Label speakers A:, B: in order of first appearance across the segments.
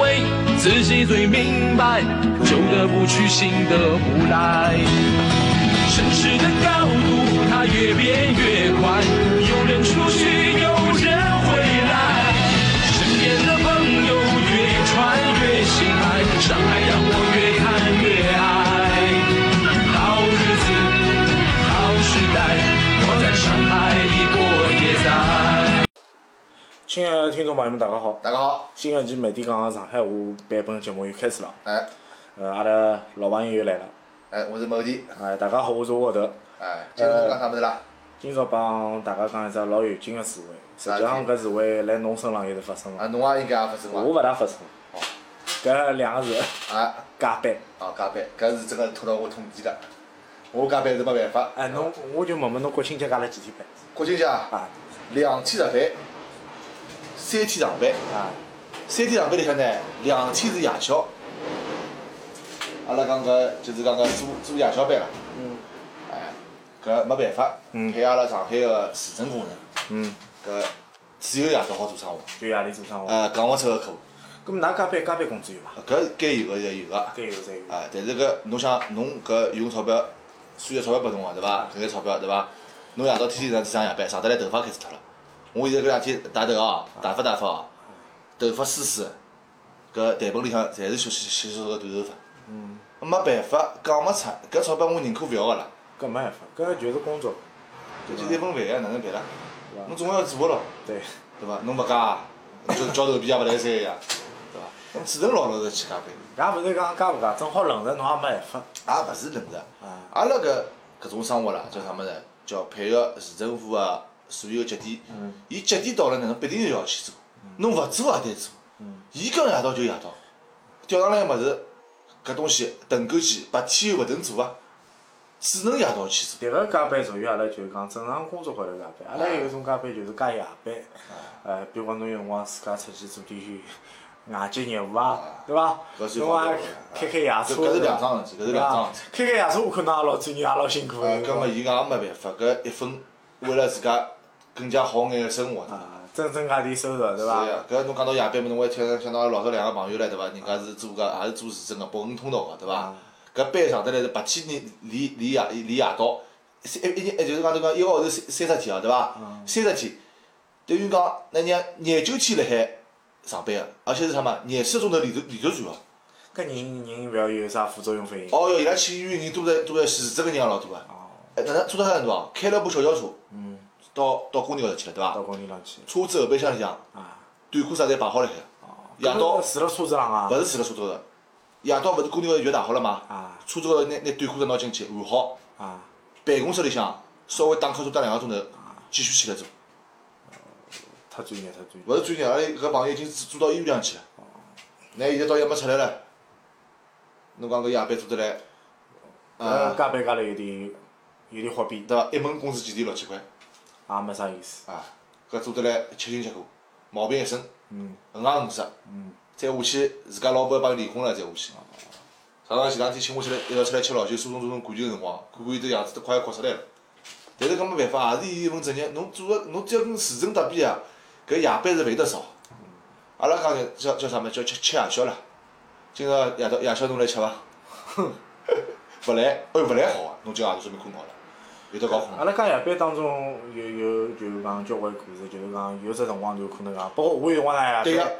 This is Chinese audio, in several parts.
A: 味，自己最明白，旧的不去，新的不来。城市的高度，它越变越宽，有人出去，有人回来。身边的朋友越穿越心爱，上海让我越看越爱。好日子，好时代，我在上海一过一载。
B: 亲爱的听众朋友们，大家好！
C: 大家好，
B: 新一期《每天讲讲上海话》版本节目又开始了。
C: 哎，
B: 呃，阿拉老朋友又来了。
C: 哎，我是某弟，
B: 哎，大家好，我是沃德。
C: 哎，今朝讲啥物事啦？
B: 今朝帮大家讲一只老有劲个词汇，实际上搿词汇来侬身浪有得发生个，
C: 啊，侬也应该也发生
B: 我
C: 过，
B: 勿大发生。搿两个字，
C: 啊，
B: 加班。
C: 啊，加班，搿是真个拖到我痛底了，我加班是没办法。
B: 哎，侬我就问问侬国庆节加了几天班？
C: 国庆节啊
B: 啊
C: 两天值班，三天上班，
B: 啊，
C: 三天上班里向呢，两天是夜宵。阿拉讲搿就是讲搿做做夜宵班啦，
B: 嗯
C: 哎，搿没办法，
B: 嗯
C: 配合阿拉上海个市政工程，
B: 嗯，
C: 搿只有夜宵好做生活，
B: 就夜里做生活。
C: 呃，讲勿出个客户，
B: 咾么㑚加班加班工资有伐？
C: 啊搿该有个就有个。
B: 该有侪有。
C: 啊，但是搿侬想侬搿用钞票，算个钞票拨侬个啊对伐？搿眼钞票对伐？侬夜到天天上去上夜班，上得来头发开始脱了。我现在搿两天洗头哦，洗发洗发哦，头发梳梳，搿台本里向侪是小小小小个短头发。嗯。没办法，讲勿出，搿钞票我宁可勿要个啦，
B: 搿没办法，搿就是工作，
C: 搿就是一份饭啊呀，哪能办啦？
B: 对伐
C: 侬？总归要做个咯，
B: 对，
C: 对伐？侬勿加，交交头皮也勿来三呀，对伐？侬只能老老实实去加班。
B: 也勿是讲加勿加，正好冷着侬也没办法。
C: 也勿是冷的
B: 啊。
C: 阿拉搿搿种生活啦，叫啥物事？叫配合市政府个所有节点。
B: 嗯
C: 伊节点到了呢，侬必定要去做。侬勿做也得做。
B: 嗯
C: 伊讲夜到就夜到，调上来个物事，搿东西腾够去，白天又勿能做啊，只能夜到去做。
B: 迭个加班属于阿拉就是讲正常工作高头加班，阿拉有一种加班就是加夜班，
C: 啊
B: 呃，比如讲侬有辰光自家出去做点外接业务啊，对伐？
C: 搿算
B: 侬
C: 好
B: 也
C: 的啊
B: 开开夜车，
C: 搿搿是两桩事体搿是两桩事
B: 体。开开夜车我看侬也老专业，也老辛苦
C: 呃，
B: 的。
C: 搿么伊讲也没办法，搿一份为了自家更加好眼个生活。
B: 啊，增增加点收入，对伐
C: 是？啊呀，搿侬讲到夜班嘛，侬还想想到老早两个朋友唻，对伐？人家是做搿也是做市政个北横通道个，对伐？搿班上得来是白天连连连夜连夜到，三一一年就是讲就讲一个号头三三十天啊，对伐？三十天，等于讲那让廿九天辣海上班个，而且是啥嘛？廿四个钟头连轴连轴转个。
B: 搿人人勿要有啥副作用反应。
C: 哦哟，伊拉去医院人多得多得死，这个人也老多个。哎，哪能做到啥程度啊？开了部小轿车，到到工地高头去了，对
B: 到
C: 伐？
B: 工地上去
C: 车子后备箱里向
B: 啊，
C: 短裤啥侪摆好了海，夜到
B: 搿是住辣车子上啊
C: 勿，是住辣车子高头，夜到勿是工地高头全汏好了嘛？
B: 啊
C: 车子高头拿拿短裤子拿进去换好，
B: 啊，
C: 办公室里向稍微打瞌睡打两个钟头，继续起来做。
B: 太专业太专业。
C: 勿是专业，阿拉搿朋友已经做做到医院里向去了。那现在到也没出来了。侬讲搿夜班做得来，
B: 搿
C: 呃，
B: 加班加了有点有点好比，
C: 对伐？一门工资几钿六七块
B: 也没啥意思。
C: 啊，搿做得来吃尽吃苦，毛病一身，横行横杀，再下去自家老婆帮伊离婚了，再下去。上趟前两天请我起来一道出来吃老酒，诉讼诉讼感情个辰光，看看伊这样子都快要哭出来了。但是搿没办法，也是伊一份职业，侬做个侬只要跟市政搭边啊，搿夜班是勿有得少。阿拉讲叫叫啥物事？叫吃吃夜宵啦。今朝夜到夜宵侬来吃伐？ 勿来，哎勿来好啊！侬今朝夜到说明困觉了，有得搞困
B: 阿。拉讲夜班当中有有就是讲交关故事，就是讲有只辰光就可能讲，包括我有辰光上
C: 对
B: 夜
C: 个
B: 班，，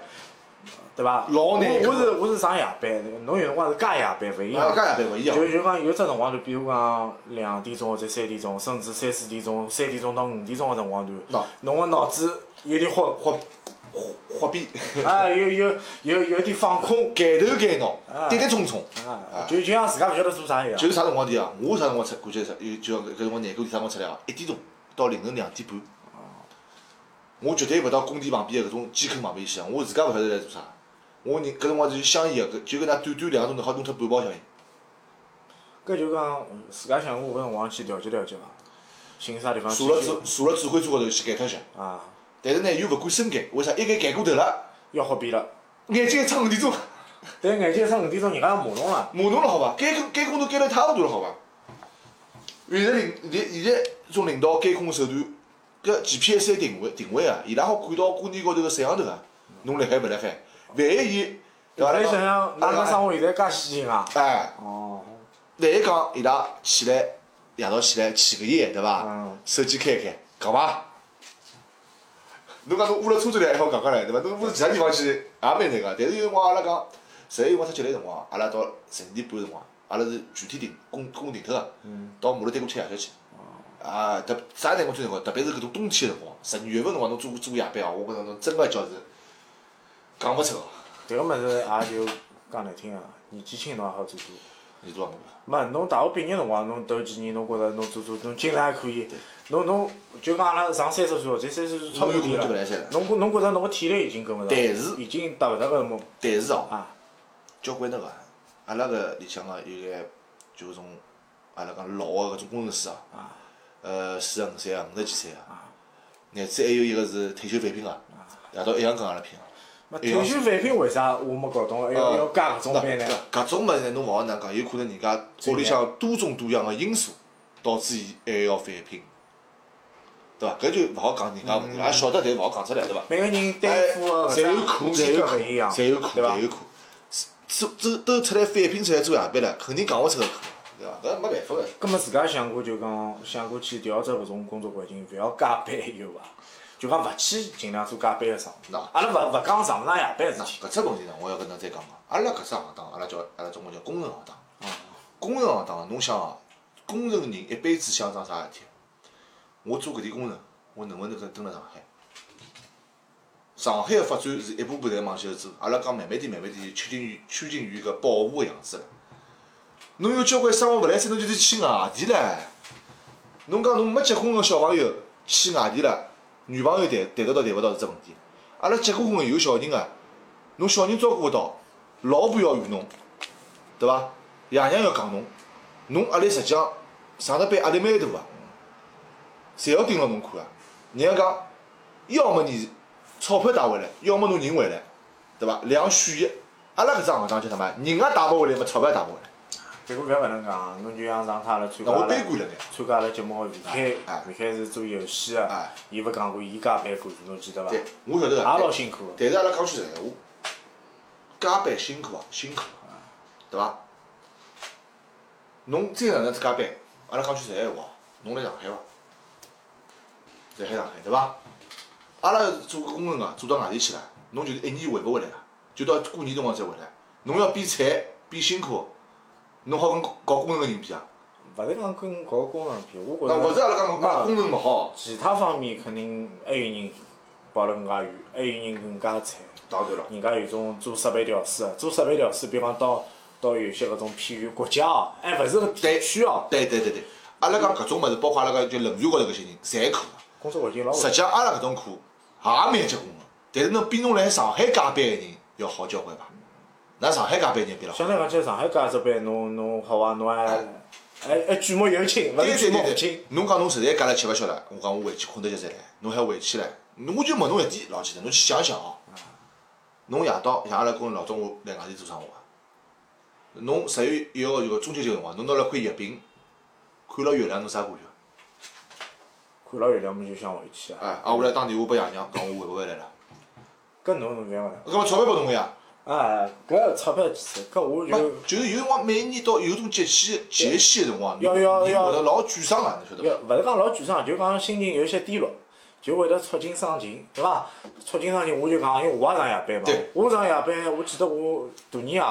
B: 对伐？
C: 老难
B: 我我是我是上夜班，侬有辰光是加夜班，勿一样
C: 啊。搿夜班勿一样。
B: 就就讲有只辰光，就比如讲两点钟或者三点钟，甚至三四点钟、三点钟到五点钟个辰光段
C: 喏，
B: 侬个脑子有点晃
C: 花花 边，
B: 啊，有有有有点放空
C: 改头改脑
B: 啊，
C: 跌跌冲冲，
B: 啊，就就像自家勿晓得做啥一样。
C: 就是啥辰光点啊？我啥辰光出？估计是有就搿辰光廿九点啥辰光出来啊？一点钟到凌晨两点半。
B: 啊
C: 我绝对勿到工地旁边个搿种机坑旁边去啊！我自家勿晓得在做啥。我人搿辰光就是相应个，搿就搿能短短两个钟头好弄脱半包香烟，
B: 搿就讲自家想过搿辰光去调节调节嘛，寻啥地方去
C: 坐了指坐了指挥桌高头去改脱想，
B: 啊，
C: 但是呢又勿敢深改，为啥？一改改过头了，
B: 要好变了。
C: 眼睛一睁五点钟，
B: 但眼睛上五点钟人家也麻侬了，
C: 麻侬了好伐？改改工头改了一塌糊涂了好伐？现在领现现在种领导监控的手段，搿 GPS 的定位定位啊，伊拉好管到观念高头个摄像头啊，侬辣海勿辣海？万一伊对哎伐？
B: 你想想，哪能生
C: 活？
B: 活现在介先进啊？
C: 哎。
B: 哦，
C: 万一讲伊拉起来夜到起来起个夜，对伐
B: 嗯？
C: 手机开开，讲伐？侬讲侬捂辣车子里还好讲讲唻，对伐？侬捂其他地方去也蛮难讲。但是有辰光阿拉讲，实在有辰光太急来辰光，阿拉到十二点半辰光，阿拉是全天停公公停脱个，到马路对过吃夜宵去。啊，特啥辰光最辰光，特别是搿种冬天个辰光，十二月份辰光侬做做夜班哦，我觉着侬真个叫是讲勿出个，
B: 迭个物事也就讲难听个，年纪轻侬也好做做。
C: 你多少个？
B: 没，侬大学毕业辰光，侬头几年侬觉着侬做做，侬精力还可以，侬侬就讲阿拉上三十岁或者三十岁超过
C: 侬有可能就
B: 点
C: 勿来塞了
B: 了，侬觉侬觉着侬个体力已经跟勿上，
C: 但是
B: 已经达勿到搿目
C: 但是哦，
B: 啊，
C: 交关那个，阿拉搿里向个有眼就是种阿拉讲老个搿种工程师啊，呃四十五岁啊，五十几岁啊，乃至还有一个是退休返聘个，夜到一样跟阿拉啊拼。
B: 没退休返聘为啥我没搞懂？还要
C: 呃
B: 要加搿种班呢？
C: 搿种物事侬勿好哪能讲，有可能人家屋里向多种多样个因素导致伊还要返聘，对伐？搿就勿好讲人家问题，也晓得但勿好讲出来，对伐？
B: 每个人担负个
C: 侪有
B: 搿
C: 苦，
B: 种
C: 侪
B: 性
C: 有
B: 格
C: 苦，
B: 勿一样，
C: 侪有苦，
B: 对伐
C: 侪？有苦。做做都出来返聘出来做夜班了，肯定讲勿出个苦，对伐？搿没办法个。
B: 葛末自家想过就讲想过去调整搿种工作环境，勿要加班有伐？就讲勿去尽量做加班个生
C: 那
B: 活。阿拉勿勿讲上上夜班的事体。
C: 搿只问题呢，我要跟侬再讲讲。阿拉搿只行当，阿拉叫阿拉中国叫工程行当。工程行当，侬想啊，工程人一辈子想桩啥事体？我做搿点工程，我能勿能够蹲辣上海？上海个发展是一步步在往前走，阿拉讲慢慢点，慢慢点趋近于趋近于搿保护个样子了。侬有交关生活勿来塞，侬就得去外地唻。侬讲侬没结婚个小朋友去外地了，女朋友谈谈得到谈勿到是只问题。阿拉结过婚个有小人啊个、侬小人照顾勿到，老婆要怨侬，对伐？爷娘要讲侬，侬压力实际上上了班压力蛮大个，侪要盯牢侬看啊。人家讲，要么你钞票带回来，要么侬人回来，对伐？两选一。阿拉搿只行当叫什么？人也带勿回来，么钞票也带勿回来，
B: 结果勿要搿能讲，侬就像上趟阿拉参加
C: 那
B: 阿
C: 我
B: 拉
C: 悲观了眼。
B: 参加阿拉节目个魏
C: 哎
B: 凯，魏凯是做游戏个
C: 哎，
B: 伊勿讲过伊加班过，侬记得伐？
C: 对，我晓得
B: 也
C: 个。
B: 老辛苦个。
C: 但是阿拉讲句实在话，加班辛苦啊，辛苦啊，对伐？侬再哪能加班，阿拉讲句实在话，侬来上海伐？辣海上海对伐？阿拉做工程啊，做到外地去了，侬就是一年回勿回来了，就到过年辰光才回来。侬要比惨比辛苦，侬好跟搞工程个人比啊？
B: 勿是讲跟搞工程比，我
C: 那
B: 觉
C: 勿是
B: 着
C: 阿拉讲讲工程勿好，
B: 其他方面肯定还有人跑了更加远，还有人更加惨。
C: 当然了，
B: 人家有种做设备调试的，啊做设备调试，比方到到有些搿种偏远国家哦，哎，勿是搿地区哦，
C: 对对对对，阿拉讲搿种物事，包括阿拉讲就论坛高头搿些人，侪苦啊。
B: 工作环境老
C: 实
B: 好
C: 际。上阿拉搿种苦也蛮结棍个，但是侬比侬来上海加班个人要好交关伐？㑚上海加班人比了好，
B: 相对讲起来，上海搿只班，侬侬好伐？侬还还还举目有亲，勿
C: 对
B: 是举
C: 对
B: 目无
C: 对
B: 亲
C: 对。，侬讲侬实在加了吃勿消了，我讲我回去困得觉再来，侬还回去唻？我就问侬一点，老简单，侬去想想哦，
B: 嗯
C: 侬夜到像阿拉跟老早我来外地做生活啊，侬十月一号就中秋节辰光，侬拿了块月饼，看牢月亮侬啥感觉？
B: 看牢月亮，我们就想回去啊。
C: 哎，啊我来打电话拨爷娘，讲我回勿回来 了，
B: 搿侬侬讲勿啦？
C: 搿么钞票拨侬个呀？
B: 啊，搿钞票其实，搿我
C: 没
B: 就，
C: 就是有辰光每年到有种节气节气的辰光，
B: 要
C: 人
B: 要
C: 人
B: 要
C: 会得老沮丧啊，侬晓得
B: 要
C: 伐？
B: 勿是讲老沮丧，就讲心情有一些低落，就会得触景伤情，对伐？触景伤情，我就讲，因为我也上夜班嘛
C: 对，
B: 我上夜班，我记得我大年夜，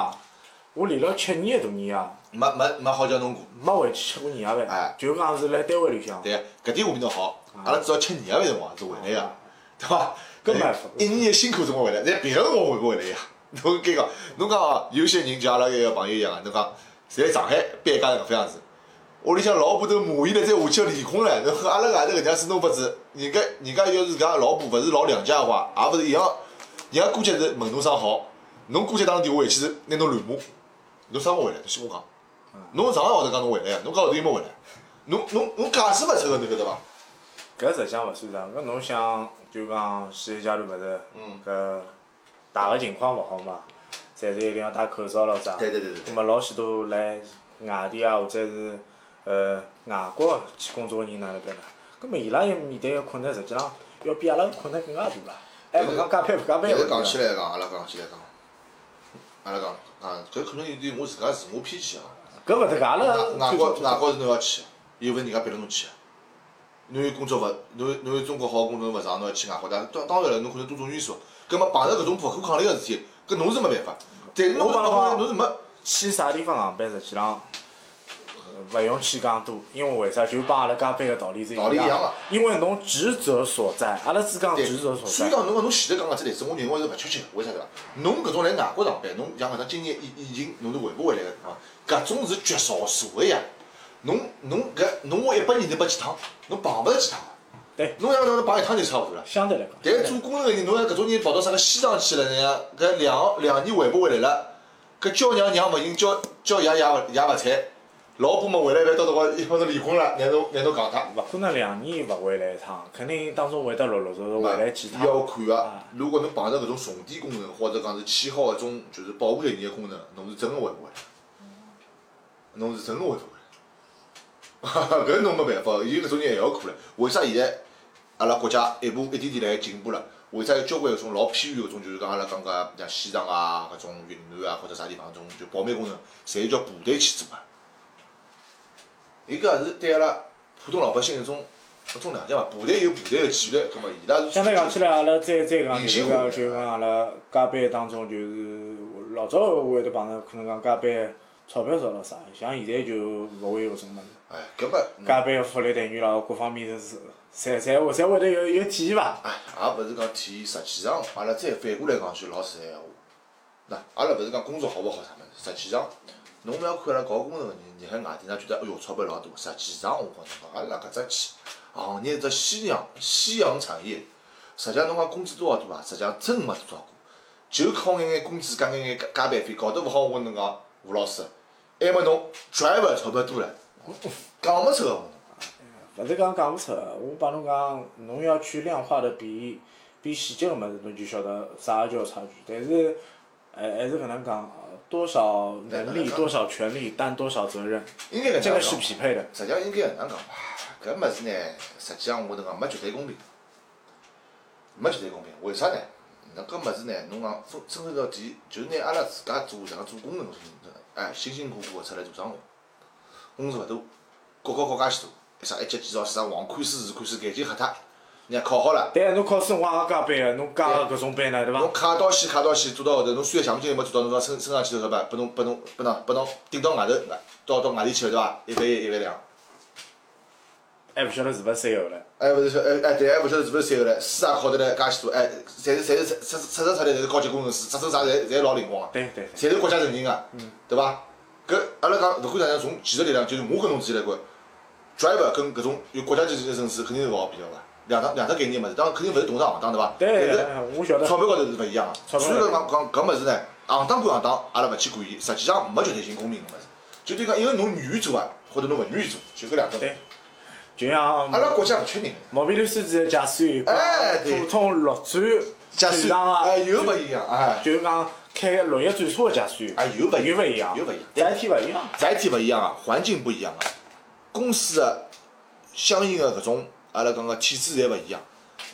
B: 我连了七年的大年啊夜。
C: 没没没好叫侬过，
B: 没回去吃过年夜
C: 哎
B: 饭，就讲是辣单位里向，
C: 对，搿点我比侬好，
B: 啊
C: 阿拉只要吃年夜饭辰光是回来个，对伐？
B: 搿没办法
C: 一年的辛苦怎么回来？但别个辰光回勿回来呀？ 侬搿个，侬讲哦有些人就阿拉一个朋友一样啊，侬讲在上海搬家成搿副样子，屋里向老婆都骂伊了，再下去要离婚了。侬讲阿拉外头搿能样子弄法子，人家人家要是搿老婆勿是老两家的话，也勿是一样。人家过节是问侬声好，侬过节打电话回去是拿侬乱骂，侬啥辰光回来？侬先跟我讲，侬上个号头讲侬回来呀，侬讲后头又没回来，侬侬侬假使勿出个，侬晓得伐？
B: 搿实际上勿算啥，搿侬想就讲现在阶段勿是，
C: 嗯
B: 搿大个情况勿好嘛，侪是一定要戴口罩咯啥。
C: 对对对对对
B: 那么老许多来外地啊，或者是呃外国去工作个人哪能办呢？搿么伊拉要面对个困难，实际上要比阿拉个困难更加大啦。还勿讲加班勿加班
C: 现
B: 个问题啊。
C: 在讲起来讲，阿拉讲起来讲，阿拉讲啊，搿可能有点我自家自我偏见啊。
B: 搿勿搭界，阿拉
C: 外外国外国是侬要去，又勿是人家逼着侬去。侬有工作勿，侬有侬有中国好工作勿上，侬要去外国。但当当然了，侬可能多种因素。葛末碰着搿种不可抗力个事体，搿侬是没办法。但是侬
B: 我帮侬讲
C: 侬是没，
B: 去啥地方啊上班，实际上呃勿用去讲多，因为为啥就帮阿拉加班个道理是
C: 道理一样
B: 的
C: 啊。
B: 因为侬职责所在，阿拉只讲
C: 对
B: 职责
C: 所
B: 所
C: 以
B: 在。
C: 讲侬讲侬前头讲搿只例子，我认为是勿确切。为啥对伐？侬搿种来外国上班，侬像搿能今年疫疫情，侬是回勿回来个地方，搿种是绝少数个呀。侬侬搿侬活一百年，侬拨几趟，侬碰勿着几趟啊。
B: 对
C: 侬像搿能碰一趟就差勿多了。
B: 相对来讲，
C: 但是做工人个人，侬像搿种人跑到啥个西藏去了，人家搿两两年回不回来了，搿叫娘娘勿应，叫叫爷爷勿爷勿睬，老婆嘛回来一到辰光一帮侬离婚了，难道难道戆他？
B: 勿可能两年勿回来一趟，肯定当中会得陆陆续续回来几趟。
C: 啊要看
B: 啊
C: 啊！如果侬碰着搿种重点工人，或者讲是签好搿种啊就是保护协议个工人，侬是真个回勿回来？侬是真个回勿回来？哈哈， 搿侬没办法，有搿种人还要苦唻。为啥现在阿拉国家一步一点点辣进步了？为啥有交关搿种老偏远搿种，就是讲阿拉讲个像西藏啊、搿种云南啊或者啥地方搿种就保密工人，侪是叫部队去做啊？伊搿也是对阿拉普通老百姓一种一种谅解伐？部队有部队个纪律，葛末伊拉是
B: 相对讲起来，阿拉再再讲就
C: 隐
B: 是
C: 形
B: 讲
C: 化
B: 就讲阿拉加班当中，就是老早会得碰着可能讲加班钞票少了啥，像现在就勿会有搿种物事。
C: 哎，搿么侬
B: 加班个福利待遇啦，各方面是侪侪会侪会得有有体现伐？
C: 哎，也勿是讲体现，实际上阿拉再反过来讲句老实在闲话，那阿拉勿是讲工作好勿好啥物事，实际上侬勿要看阿拉搞工程个人，你海外地，㑚觉得哎哟钞票老大，实际上我告侬讲，阿拉搿只企行业只夕阳夕阳产业，实际上侬讲工资多少大啊？实际上真没多少高，就靠眼眼工资加眼眼加加班费，搞得勿好我跟侬讲，吴老师，还没侬 driver 钞票多了，
B: 哦
C: 讲勿出个。
B: 勿是讲讲勿出，我帮侬讲，侬要去量化的比比细节个物事，侬就晓得啥叫差距。但是，还还是搿能讲，多少能力、多少权利，担多少责任，
C: 应该搿能
B: 这个
C: 样
B: 是
C: 讲
B: 匹配的。
C: 实际上应该搿能讲吧，搿物事呢，实际上我跟侬讲没绝对公平，没绝对公平。为啥呢？侬搿物事呢，侬讲分真正到底，就是拿阿拉自家做像做工人搿种人，哎，辛辛苦苦个出来做生活，工资勿大，国考考介许多，啥一级几少啥王冠试试看试，赶紧吓脱，人家考好了。
B: 但是侬考试辰光也加班个，侬加个搿种班呢，对伐
C: 侬？卡到线卡到线做到后头，侬虽然项目经理没做到，侬到升升上去头啥办？拨侬拨侬拨侬拨侬顶到外头，到到外地去了对伐？一万一一万两。
B: 还勿晓得是勿是三后了。
C: 哎，勿是说，哎哎，对，还勿晓得是勿是三个唻，书也考得来介许多，哎，侪是侪是出出出出来侪是高级工程师，职称啥侪侪老灵光啊，
B: 对对对
C: 侪是国家承认个，对伐？搿阿拉讲，勿管哪能，从技术力量，就是我跟侬之间来讲，driver 跟搿种有国家级的城市肯定是勿好比较伐？两趟两趟概念物事，当然肯定勿是同一只行当，对伐？
B: 对
C: 但是
B: 我晓得
C: 钞票高头是勿一样
B: 钞
C: 个，
B: 票
C: 所以讲讲搿物事呢，行当归行当，阿拉勿去管伊，实际上没绝对性公平个物事，就对讲，因为侬愿意做啊，或者侬勿愿意做，就搿两种。
B: 对就像
C: 阿拉国家勿缺人。
B: 毛皮律师之的驾驶员，
C: 哎对
B: 普通绿钻
C: 驾驶
B: 上啊，
C: 哎，又勿一样，哎，
B: 就是讲开绿叶专车的驾驶员，
C: 哎又勿一样
B: 又勿一样，
C: 又勿一样
B: 载体勿一样。
C: 载体勿一样啊，环境不一样啊，公司的相应的搿种阿拉讲个体制侪勿一样，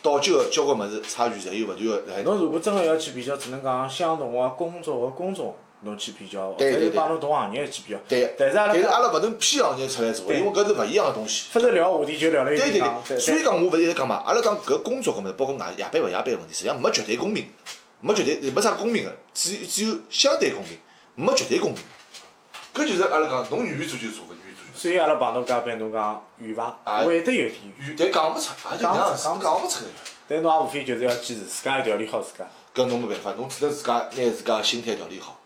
C: 导致个交关物事差距侪有勿断个来。
B: 侬如果真个要去比较，只能讲相同个工作个工种，侬去比较，或
C: 对
B: 者
C: 对
B: 是
C: 对
B: 帮侬同行业去比较。
C: 对，
B: 但是阿拉
C: 但是阿拉勿能偏行业出来做，
B: 对
C: 因为搿是勿一样个东西。
B: 不是聊话题就聊了一
C: 对
B: 地
C: 对
B: 方。
C: 对，所以讲我勿是一直讲嘛，阿拉讲搿工作搿物事，包括外夜班勿夜班个问题，实际上没绝对公平，没绝对没啥公平个，只有只有相对公平，没绝对公平。搿就是阿拉讲，侬愿意做就做，勿愿意做就
B: 所以阿拉碰到加班，侬讲远伐？
C: 哎
B: 会得有点远，
C: 有，但讲勿出，也就
B: 讲勿
C: 搿样
B: 出
C: 子，
B: 讲勿出
C: 讲勿出。
B: 但侬也无非就是要坚持，自家要调理好自家。
C: 搿侬没办法，侬只能自家拿自家心态调理好。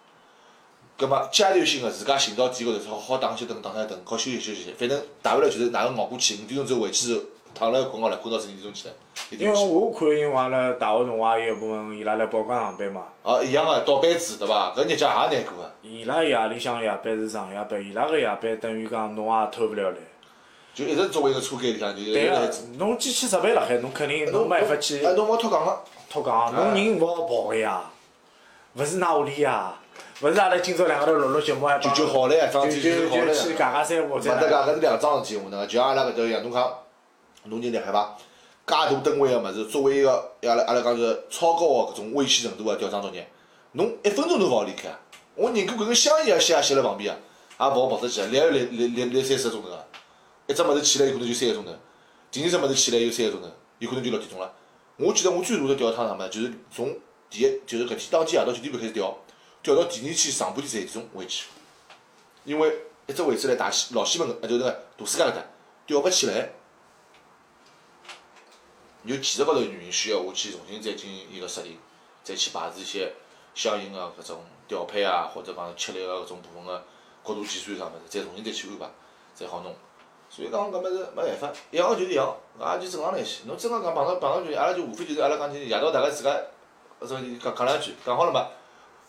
C: 葛末阶段性个自家寻到点高头，好好打歇顿打歇顿，好休息休息。反正大勿了就是哪能熬过去，五点钟之后回去之后，躺辣困觉了，困到十二点钟起来，一
B: 因
C: 定
B: 为
C: 去。
B: 我看，因为阿拉大学辰光也有部分伊拉来宝钢上班嘛，
C: 啊，一样个倒班制对伐？搿日脚也难过啊个，
B: 伊拉夜里向夜班是长夜班，伊拉个夜班等于讲侬也偷勿了来。
C: 就一直作为一个车间里向，就是一
B: 对啊
C: 个孩
B: 个
C: 子。，
B: 侬机器设备辣海，侬肯定侬没办法去
C: 啊哎，侬哎没脱讲个，
B: 脱讲，侬人勿好跑个呀，勿是㑚屋里呀，勿是阿拉今朝两个头录录节目还
C: 就
B: 帮
C: 就好了呀，桩
B: 就
C: 事体
B: 就
C: 就好
B: 就
C: 了
B: 去
C: 呀。
B: 嘎嘎三胡
C: 勿
B: 再
C: 得
B: 来。
C: 讲，搿是两桩事体，我能个，就像阿拉搿搭一样，侬讲，侬就厉害伐？介大吨位个物事，作为一个阿拉阿拉讲是超高个搿种危险程度个吊装作业，侬一分钟侬勿好离开啊。我宁可搿根香烟也吸也吸辣旁边啊，也勿好跑出去啊，来来来来来三四个钟头啊。一只物事起来有可能就三个钟头，第二只物事起来有三个钟头，有可能就六点钟了。我记得我最大的钓趟什么，就是从第一就是搿天当天夜到九点半开始钓，钓到第二天上半天十一点钟回去，因为一只位置来大西老西门搿，呃就是那个大世界搿搭钓勿起来。有技术高头原因需要我去重新再进行一个适应，再去排除一些相应个搿种调配啊，或者讲吃力个搿种部分个角度计算啥物事，再重新再去安排，再好弄。所以讲搿物事没办法，一样就是一样，也就正常来些。侬真个讲碰到碰到就，阿拉就无非就是阿拉讲就是夜到大家自家，呃，说讲讲两句，讲好了嘛。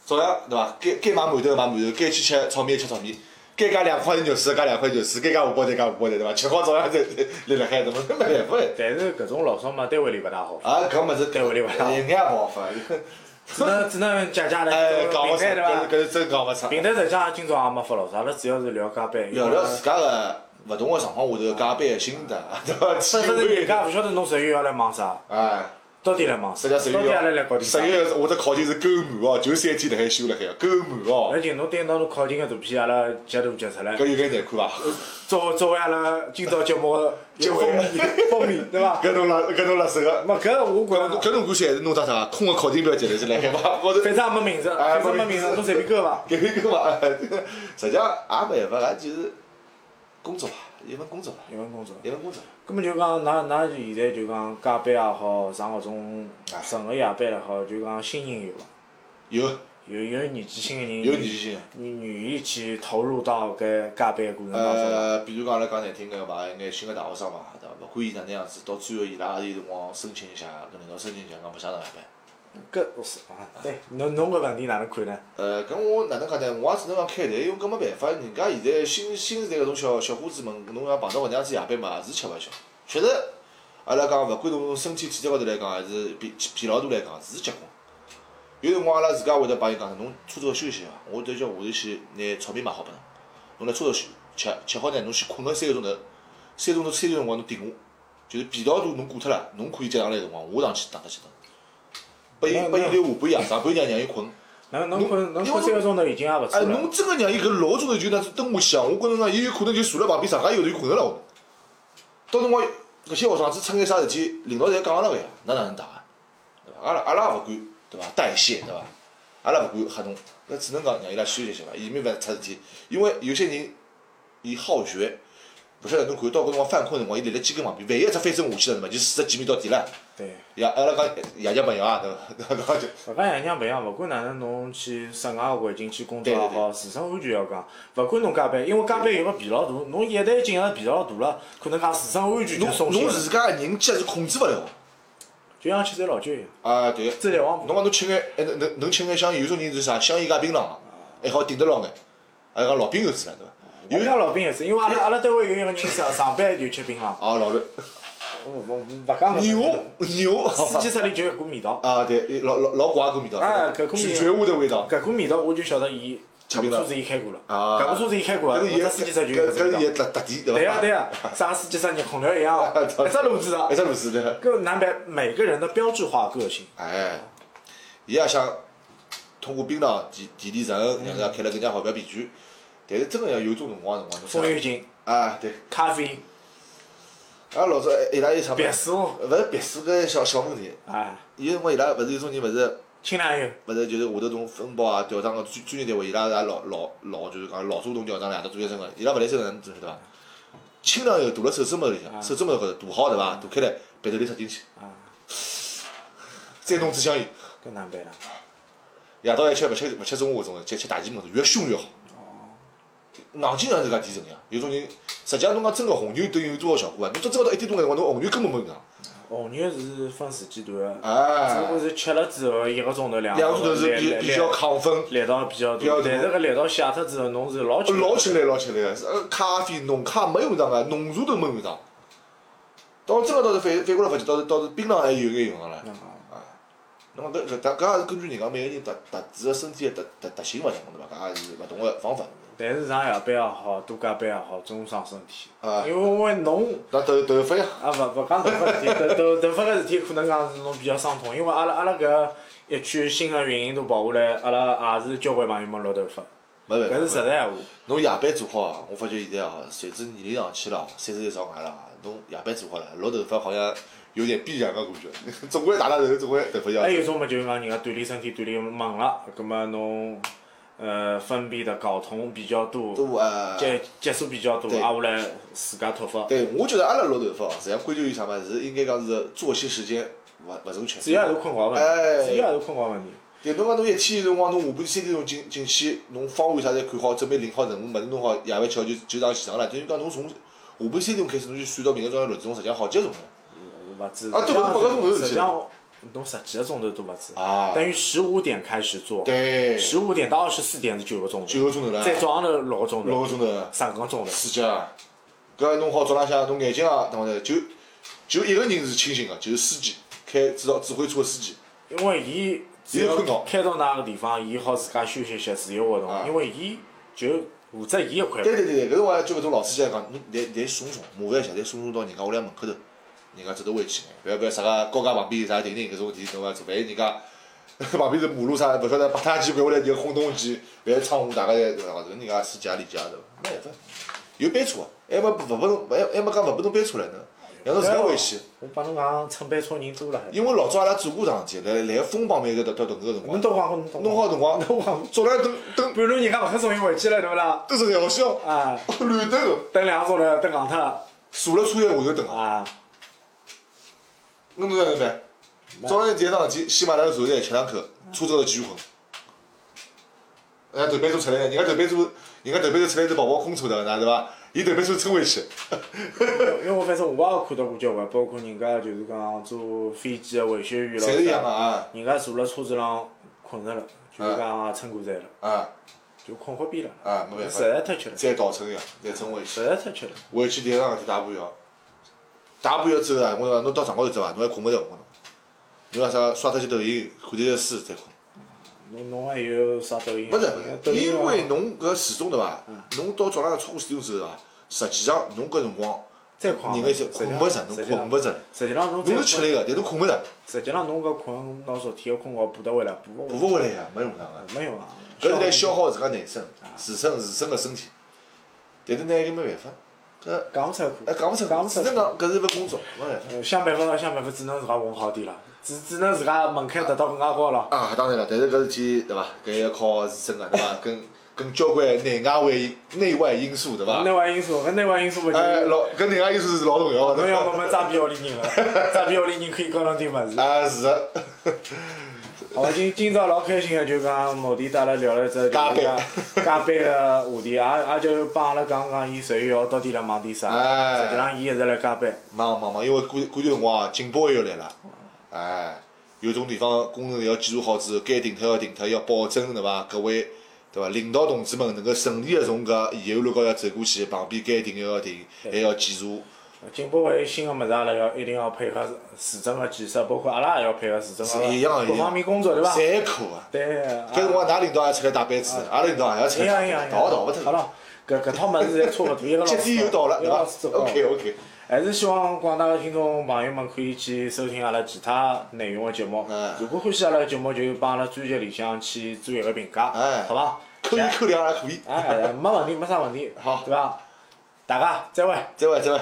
C: 照样对伐？该该买馒头买馒头，该去吃炒面吃炒面，该加两块牛肉加两块牛肉，该加五包再加五包对伐？吃好照样再再 立辣海，怎么没办法哎？
B: 但是搿种老早嘛，单位里勿大好，
C: 啊，搿物事
B: 单位里勿大好
C: 有眼也勿好法。
B: 只能只能借借
C: 哎，
B: 来
C: 讲勿
B: 平
C: 出，
B: 台对伐
C: 搿？搿是真讲勿出。
B: 平台实际上今朝也没发牢骚，阿拉主要是聊加班。
C: 聊聊自家个勿同个状况下头加班个心得， 对伐？
B: 反正人
C: 体
B: 家
C: 会。
B: 勿晓得侬十一月要来忙啥，
C: 哎，
B: 到底来忙
C: 实
B: 啥？
C: 际
B: 到
C: 上十一
B: 底阿拉来搞
C: 月，
B: 点啥
C: 十？一月我这考勤是够满哦，就三天辣海休辣海哦，够满
B: 勿
C: 哦，
B: 要紧，侬对拿侬考勤个图片，阿拉截图截出来
C: 搿，有眼难看伐？
B: 作作为阿拉今朝节目个
C: 结尾
B: 封面，封面对伐？
C: 搿侬辣搿侬辣手个。
B: 没搿我
C: 搿
B: 觉啊
C: 侬
B: 着，
C: 搿侬估计还是弄啥啥空个考勤表进来是辣海伐？ 高头
B: 反正也没名字，
C: 哎
B: 反正没
C: 没名
B: 名
C: 字
B: 字，侬随便勾伐？
C: 搿一个嘛，实际上也没办法，也就是工作伐，一份工作伐，
B: 一份工作，
C: 一份工作。
B: 根本就讲，㑚㑚现在就讲加班也好，上搿种纯个夜班也好，就讲新人有伐？啊
C: 有
B: 有有年纪轻个人，
C: 有年纪性。
B: 你愿意去投入到搿加班过程当中伐？
C: 呃，比如讲阿拉讲难听眼伐，有眼新个大学生嘛，对伐？勿管伊哪能样子，到最后伊拉也是有辰光申请一下，跟领导申请一下，讲白相上班。
B: 搿不是啊，对，侬侬搿问题哪能看呢？
C: 呃，搿我哪能讲呢？我也只能讲开台，因为搿没办法，人家现在新新时代搿种小小伙子们，侬要碰到搿能样子夜班嘛，也是吃勿消。确实，阿拉讲勿管从身体体质高头来讲，还是疲疲劳度来讲，是结棍。有辰光阿拉自家会得帮伊讲，侬车子要休息啊，我得叫下头去拿炒面买好拨侬，侬辣车头休吃吃好呢，侬先困个三个钟头，三个钟头三个钟头辰光侬顶我，就是疲劳度侬过脱了，侬可以接上来辰光，我上去打得去等。拨伊拨伊留下半夜，上半夜让伊困。
B: 能能
C: 侬
B: 困能
C: 因
B: 困
C: 为
B: 三个钟头已经也勿错
C: 哎，
B: 了
C: 侬。真个让伊搿老钟头就那蹲下去啊！我觉着讲，伊有可能就坐辣旁边上家有头就困着了。我到辰光，搿些学生子出眼啥事体，领导侪讲阿拉个呀，㑚哪能打啊？对伐？阿拉阿拉也勿管，对伐？代谢，对伐？阿拉勿管吓侬，那只能讲让伊拉休息歇伐，伊没办法出事体。因为有些人，伊好学，勿晓得侬看到搿辰光犯困辰光，伊立辣肩根旁边，万一一只翻身下去了，对伐？就四十几米到底了。
B: 对，
C: 爷，阿拉讲爷娘朋友啊，对伐？对伐？就
B: 勿讲爷娘勿一样，勿管哪能侬去室外个环境去工作也
C: 对对对
B: 好，自身安全要讲。勿管侬加班，因为加班有个疲劳度，侬一旦进入疲劳度了，可能讲自身安全就
C: 侬
B: 松懈
C: 侬
B: 了。
C: 自家个人际是控制勿了。
B: 就像吃醉老酒一样，
C: 啊，对。
B: 质量往
C: 侬讲侬吃眼，哎，能能能吃眼香烟，有种人是啥香烟加槟榔嘛，还好顶得牢眼，还讲老兵头子了，对伐？啊
B: 有像老兵也是，因为阿拉阿拉单位有一个人上上班就吃槟榔，
C: 啊，老头，
B: 勿勿勿讲了
C: 牛牛，
B: 司机出来就有股味道，
C: 啊，对，老老老怪搿味道，
B: 哎搿股味
C: 雪菊花的味道，
B: 搿股味道我就晓得伊搿部车子伊开过了，
C: 啊
B: 搿部车子伊开过
C: 搿
B: 了，
C: 是伊
B: 搿
C: 的，
B: 只司机出就有
C: 搿
B: 搿只
C: 搿是
B: 味
C: 伊
B: 道。
C: 的特特点，对伐？
B: 对呀 对啊呀，啥司机啥热空调一样，一只路子啊
C: 一。只路子对伐？
B: 搿难办每个人的标志化个性，
C: 哎，伊也想通过槟榔提提提神，让人家开了更加好，不要疲倦。但是真个要有种辰光的辰光，侬
B: 风油
C: 想
B: 精、
C: 啊，对，
B: 咖啡、
C: 阿拉老早哎伊拉有啥物事？
B: 别墅
C: 勿是别墅搿小小问题，
B: 啊，
C: 有辰光伊拉勿是有种人勿是。
B: 清凉油，
C: 勿是就是下头种分包啊，调账个专专业单位，伊拉也老老老就是讲老主动调账两搭做一生个，伊拉勿来三个人做晓得伐？轻量油涂辣手指末里向，手指末高头涂好对伐？涂开来，鼻头里塞进去，
B: 啊，
C: 再弄支香烟，
B: 搿难办了。
C: 夜到还吃勿吃勿吃中午搿种，吃吃大鸡毛头，越凶越好。硬劲上自家提成呀。有种人，实际上侬讲真个红牛对伊有多少效果啊？侬真正到一点钟个辰光，侬红牛根本没用啊上。
B: 红牛是分时间段的，只不
C: 哎
B: 过，是吃了之后一个钟头两
C: 两
B: 个
C: 个钟头是比比较亢奋，
B: 力道比较
C: 比较
B: 大
C: 大，
B: 但是搿力道下脱之后，侬是老
C: 哦老吃力，老吃力个。是呃，咖啡、浓咖没用上个，啊浓茶都没用上。到真个倒是反反过来发觉，倒是倒是槟榔还有眼用上了。
B: 嗯
C: 啊，那么搿搿大家也是根据人家每个人特特自个身体个特特特性勿一样，对伐？搿也是勿同个方法。
B: 但是上夜班也好，多加班也好，总伤身体。
C: 啊
B: 因为为侬
C: 那头头发呀，
B: 啊，勿勿讲头发事体，头头头发个事体可能讲是侬比较伤痛，因为阿拉阿拉搿一区新个运营都跑下来，阿拉也是交关朋友们落头发，
C: 没办法。
B: 搿是实在闲话。
C: 侬夜班做好啊，我发觉现在啊，随着年龄上去了，三十岁上外了啊，侬夜班做好了，落头发好像有点必然的感觉， 总归打打头，总归头发要
B: 哎还。有种么就是讲人家锻炼身体锻炼猛了，葛末侬呃分泌的睾酮比较多，
C: 都啊，
B: 激激素比较多，
C: 对
B: 挨下来自家脱发。
C: 对，我觉得阿拉落头发啊，实际上归咎于啥嘛？是应该讲是作息时间勿勿正确。
B: 主要还是困觉问
C: 哎
B: 题，主要还是困觉问题。
C: 对，侬讲侬一天辰光，侬下半天三点钟进进去，侬方位啥侪看好，准备领好任务，物事弄好，夜饭吃好就就上起床了。等于讲侬从下半三点钟开始，侬就算到明朝早浪六点钟，实际上好几个钟头。
B: 勿止。
C: 啊
B: 实际
C: 对
B: 上
C: 我觉得我有
B: 实际
C: 记
B: 上，侬十几个钟头都勿止。
C: 啊
B: 等于十五点开始做，
C: 对，
B: 十五点到二十四点是九个钟头，
C: 九个钟头了，
B: 再早上头六个钟头，
C: 六个钟头。
B: 十五个钟头。
C: 刺激啊！搿弄好早浪向侬眼睛啊，哪么的就就一个人是清醒个，就是司机开指导指挥车个司机。
B: 因为伊只
C: 伊
B: 要
C: 困觉
B: 开到哪个地方，伊好自家休息一下，自由活
C: 啊
B: 动。因为伊就负责伊一块。
C: 对对对对，搿辰光就搿种老司机来讲，侬侪侪送送，麻烦一下，侪送送到人家屋里向门口头，人家走得回去眼，勿要勿要啥个高架旁边啥停停搿种事体，侬伐？万一人家旁边是马路啥，勿晓得白塔机拐下来就轰动机，万一窗户大家侪对伐？搿人家司机也理解对伐？没办法，有班车啊，还没勿拨侬，还还没讲勿拨侬班车来呢，让侬自家回去。
B: 我帮侬讲，乘班车人多了。
C: 因为老早阿拉做过桩事体，来来风帮面搿搭到同个辰
B: 侬
C: 光，
B: 都讲，侬都
C: 弄好辰光，
B: 侬讲，
C: 早浪等等
B: 半路人家勿肯送伊回去了，对勿啦？
C: 等十两小时，
B: 啊，
C: 乱等个，
B: 等两个钟头，等戆脱
C: 坐辣车厢下头等啊，
B: 啊。
C: 侬侬哪能办？早浪第一桩事体，先买两个茶叶吃两口，车子高头继续困。人家头班车出来，人家头班车，人家头班车出来是跑跑空车的，哪对伐？伊头班车撑回去，
B: 因为我反正我也看到过交关，包括人家就是讲做飞机的维修员咯，
C: 侪是一样个啊
B: 人家坐辣车子浪困着了，就是讲撑过站了，
C: 啊
B: 就困豁边了，
C: 啊，没办
B: 实
C: 法，
B: 在太吃力，
C: 再倒撑呀，再撑回去。
B: 实在太吃力。
C: 回去第一桩事体打半药，打半药之后啊，我讲侬到床高头走伐？侬还困勿着，我讲侬，侬要啥刷脱些抖音，看点书再困。
B: 侬侬还有啥抖音？啊
C: 勿是
B: 嗯抖
C: 勿是，
B: 音嗯
C: 因
B: 嘛
C: 为侬搿始终对伐？侬到早浪超过四点钟之后啊，实际上侬搿辰光
B: 再困
C: 人
B: 也
C: 家
B: 没
C: 是
B: 用，
C: 困勿着，侬
B: 实际上
C: 困勿着，
B: 实际上侬再
C: 侬是吃
B: 困，
C: 力个，但侬困勿着，
B: 实际上侬搿困拿昨天个困觉补得回来，补
C: 补
B: 勿
C: 勿回来呀，没用上个。
B: 没用啊。
C: 搿是来消耗自家内身，自身自身个身体。但是呢，又没办法，搿
B: 讲勿出口，
C: 哎讲勿出
B: 讲
C: 口，
B: 勿出
C: 只能
B: 口。
C: 讲搿是一份工作，没办法。
B: 呃想办法，想办法，只能自家混好点了，只只能自家门槛达到更加高了。
C: 啊，当然了，但是搿事体对伐？搿要靠自身个啊对伐？跟跟交关内外为内外因素对伐？
B: 内外因素，搿内外因素勿就
C: 哎，
B: 是
C: 老搿内外因素是老重要个
B: 侬
C: 对
B: 要
C: 伐？
B: 慢慢诈骗屋里人 了，诈骗屋里人可以教侬点物事。
C: 啊，是个，
B: 好吧，今今朝老开心个，就讲某地带阿拉聊了一只
C: 加班
B: 加班个话题，也也就帮阿拉讲讲伊十一号到底辣忙点啥。
C: 哎
B: 实际上伊一直辣加班，
C: 忙忙忙，因为过过段辰光啊，警报又来了，哎，有种地方工程要检查好之后，该停脱要停脱，要保证对伐？各位对伐？领导同志们能够顺利个从搿沿岸路高头走过去，旁边该停个要停，还要检查。
B: 进步会新个物事，阿拉要一定要配合市政个建设，包括阿拉也要配合市政个
C: 是一样的
B: 各方面工作，对哎伐？
C: 侪苦啊！
B: 对。
C: 搿辰光，㑚领导也出来打班子，
B: 哎
C: 阿拉领导也要出
B: 一
C: 来打
B: 样一
C: 班
B: 样一样。
C: 子，逃逃勿脱。
B: 哎好了，搿搿套物事侪差 勿多，一个老
C: 节点又到了，
B: 一
C: 对
B: 个
C: 伐
B: 老师做好
C: ？OK OK，
B: 还是希望广大的听众朋友们可以去收听阿拉其他内容的节目
C: 哎。
B: 如果欢喜阿拉的节目，就帮阿拉专辑里向去做一个评价，
C: 哎
B: 好吧？哎
C: 扣一扣两也可以。
B: 哎，没问题，没啥问题，
C: 好
B: 对吧？大家再会。
C: 再会，再会。